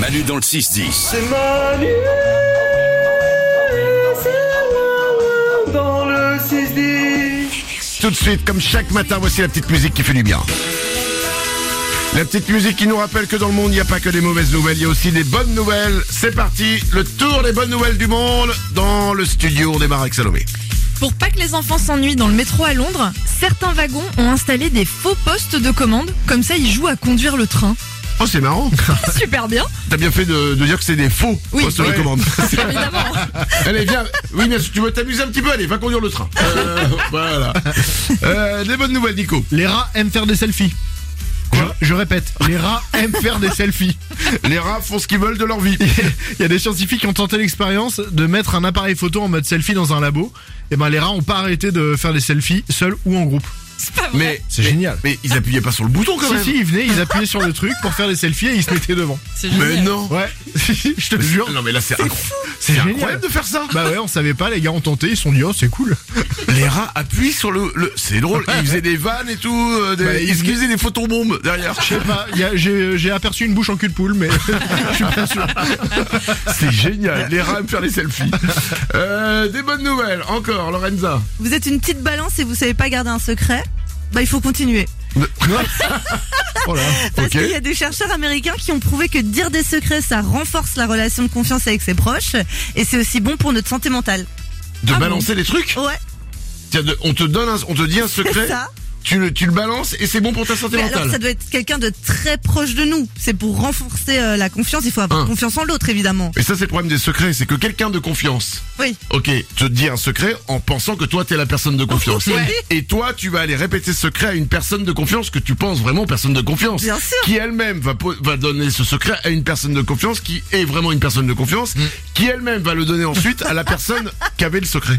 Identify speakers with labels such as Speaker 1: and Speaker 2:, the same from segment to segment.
Speaker 1: Manu dans le 6-10.
Speaker 2: C'est Manu, c'est moi dans le 6-10.
Speaker 3: Tout de suite, comme chaque matin, voici la petite musique qui fait du bien. La petite musique qui nous rappelle que dans le monde, il n'y a pas que des mauvaises nouvelles, il y a aussi des bonnes nouvelles. C'est parti, le tour des bonnes nouvelles du monde dans le studio. On démarre avec Salomé.
Speaker 4: Pour pas que les enfants s'ennuient dans le métro à Londres, certains wagons ont installé des faux postes de commande, comme ça ils jouent à conduire le train.
Speaker 3: Oh, c'est marrant.
Speaker 4: Super bien,
Speaker 3: T'as bien fait de, de dire que c'est des faux
Speaker 4: Oui,
Speaker 3: postes de
Speaker 4: ouais.
Speaker 3: commande.
Speaker 4: évidemment.
Speaker 5: hein.
Speaker 3: Allez, viens. Oui, mais si tu veux t'amuser un petit peu, allez, va conduire le train. Euh, voilà. Euh, des bonnes nouvelles, Nico.
Speaker 6: Les rats aiment faire des selfies. je, je répète, les rats aiment faire des selfies.
Speaker 3: Les rats font ce qu'ils veulent de leur vie.
Speaker 6: Il y a des scientifiques qui ont tenté l'expérience de mettre un appareil photo en mode selfie dans un labo. Et ben les rats ont pas arrêté de faire des selfies seuls ou en groupe.
Speaker 4: C'est pas vrai.
Speaker 3: Mais
Speaker 6: C'est
Speaker 3: mais-
Speaker 6: génial.
Speaker 3: Mais ils appuyaient pas sur le bouton quand
Speaker 6: Si
Speaker 3: même.
Speaker 6: si, ils venaient, ils appuyaient sur le truc pour faire des selfies et ils se mettaient devant.
Speaker 4: C'est
Speaker 3: Mais
Speaker 4: génial.
Speaker 3: non.
Speaker 6: Ouais, je te jure.
Speaker 3: Non mais là c'est incro- c'est
Speaker 6: génial.
Speaker 3: incroyable de faire ça.
Speaker 6: Bah ouais, on savait pas, les gars ont tenté, ils se sont dit oh c'est cool.
Speaker 3: Les rats appuient sur le, le- c'est drôle. Ils faisaient des vannes et tout. euh, des-
Speaker 6: Bah,
Speaker 3: ils
Speaker 6: ils-
Speaker 3: utilisaient des photobombes derrière.
Speaker 6: Je sais pas, Ah, il y a- j'ai j'ai aperçu une bouche en cul de poule, mais je suis pas sûr.
Speaker 3: C'est génial. Les rats aiment faire des selfies. Euh, des bonnes nouvelles encore, Lorenza.
Speaker 5: Vous êtes une petite balance et vous savez pas garder un secret bah, il faut continuer.
Speaker 6: Oh là.
Speaker 5: Parce
Speaker 3: Ok.
Speaker 5: qu'il y a des chercheurs américains qui ont prouvé que dire des secrets, ça renforce la relation de confiance avec ses proches. Et c'est aussi bon pour notre santé mentale.
Speaker 3: De
Speaker 5: Ah
Speaker 3: balancer des trucs.
Speaker 5: Ouais,
Speaker 3: Tiens, de- on te donne, un- on te dit un secret.
Speaker 5: c'est ça.
Speaker 3: Tu le, tu le balances et c'est bon pour ta santé
Speaker 5: Mais alors,
Speaker 3: mentale.
Speaker 5: ça doit être quelqu'un de très proche de nous. C'est pour renforcer euh, la confiance. Il faut avoir
Speaker 3: Hein.
Speaker 5: confiance en l'autre, évidemment.
Speaker 3: Et ça c'est le problème des secrets, c'est que quelqu'un de confiance.
Speaker 5: Oui.
Speaker 3: Ok, te dit un secret en pensant que toi t'es la personne de confiance.
Speaker 5: Ouais.
Speaker 3: Et toi tu vas aller répéter ce secret à une personne de confiance que tu penses vraiment personne de confiance.
Speaker 5: Bien sûr.
Speaker 3: Qui elle-même va, po- va donner ce secret à une personne de confiance qui est vraiment une personne de confiance, qui elle-même va le donner ensuite à la personne qui avait le secret.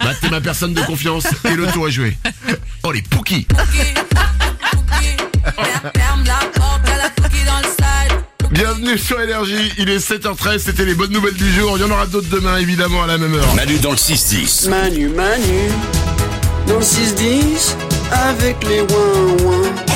Speaker 3: bah t'es ma personne de confiance et le tour est joué. Oh les pookies
Speaker 7: Ferme la porte, elle a tout qui dans le side.
Speaker 3: Bienvenue sur Énergie, il est 7h13, c'était les bonnes nouvelles du jour, il y en aura d'autres demain évidemment à la même heure.
Speaker 1: Manu dans le 6-10.
Speaker 2: Manu, Manu, dans le 6-10, avec les ouin-ouin.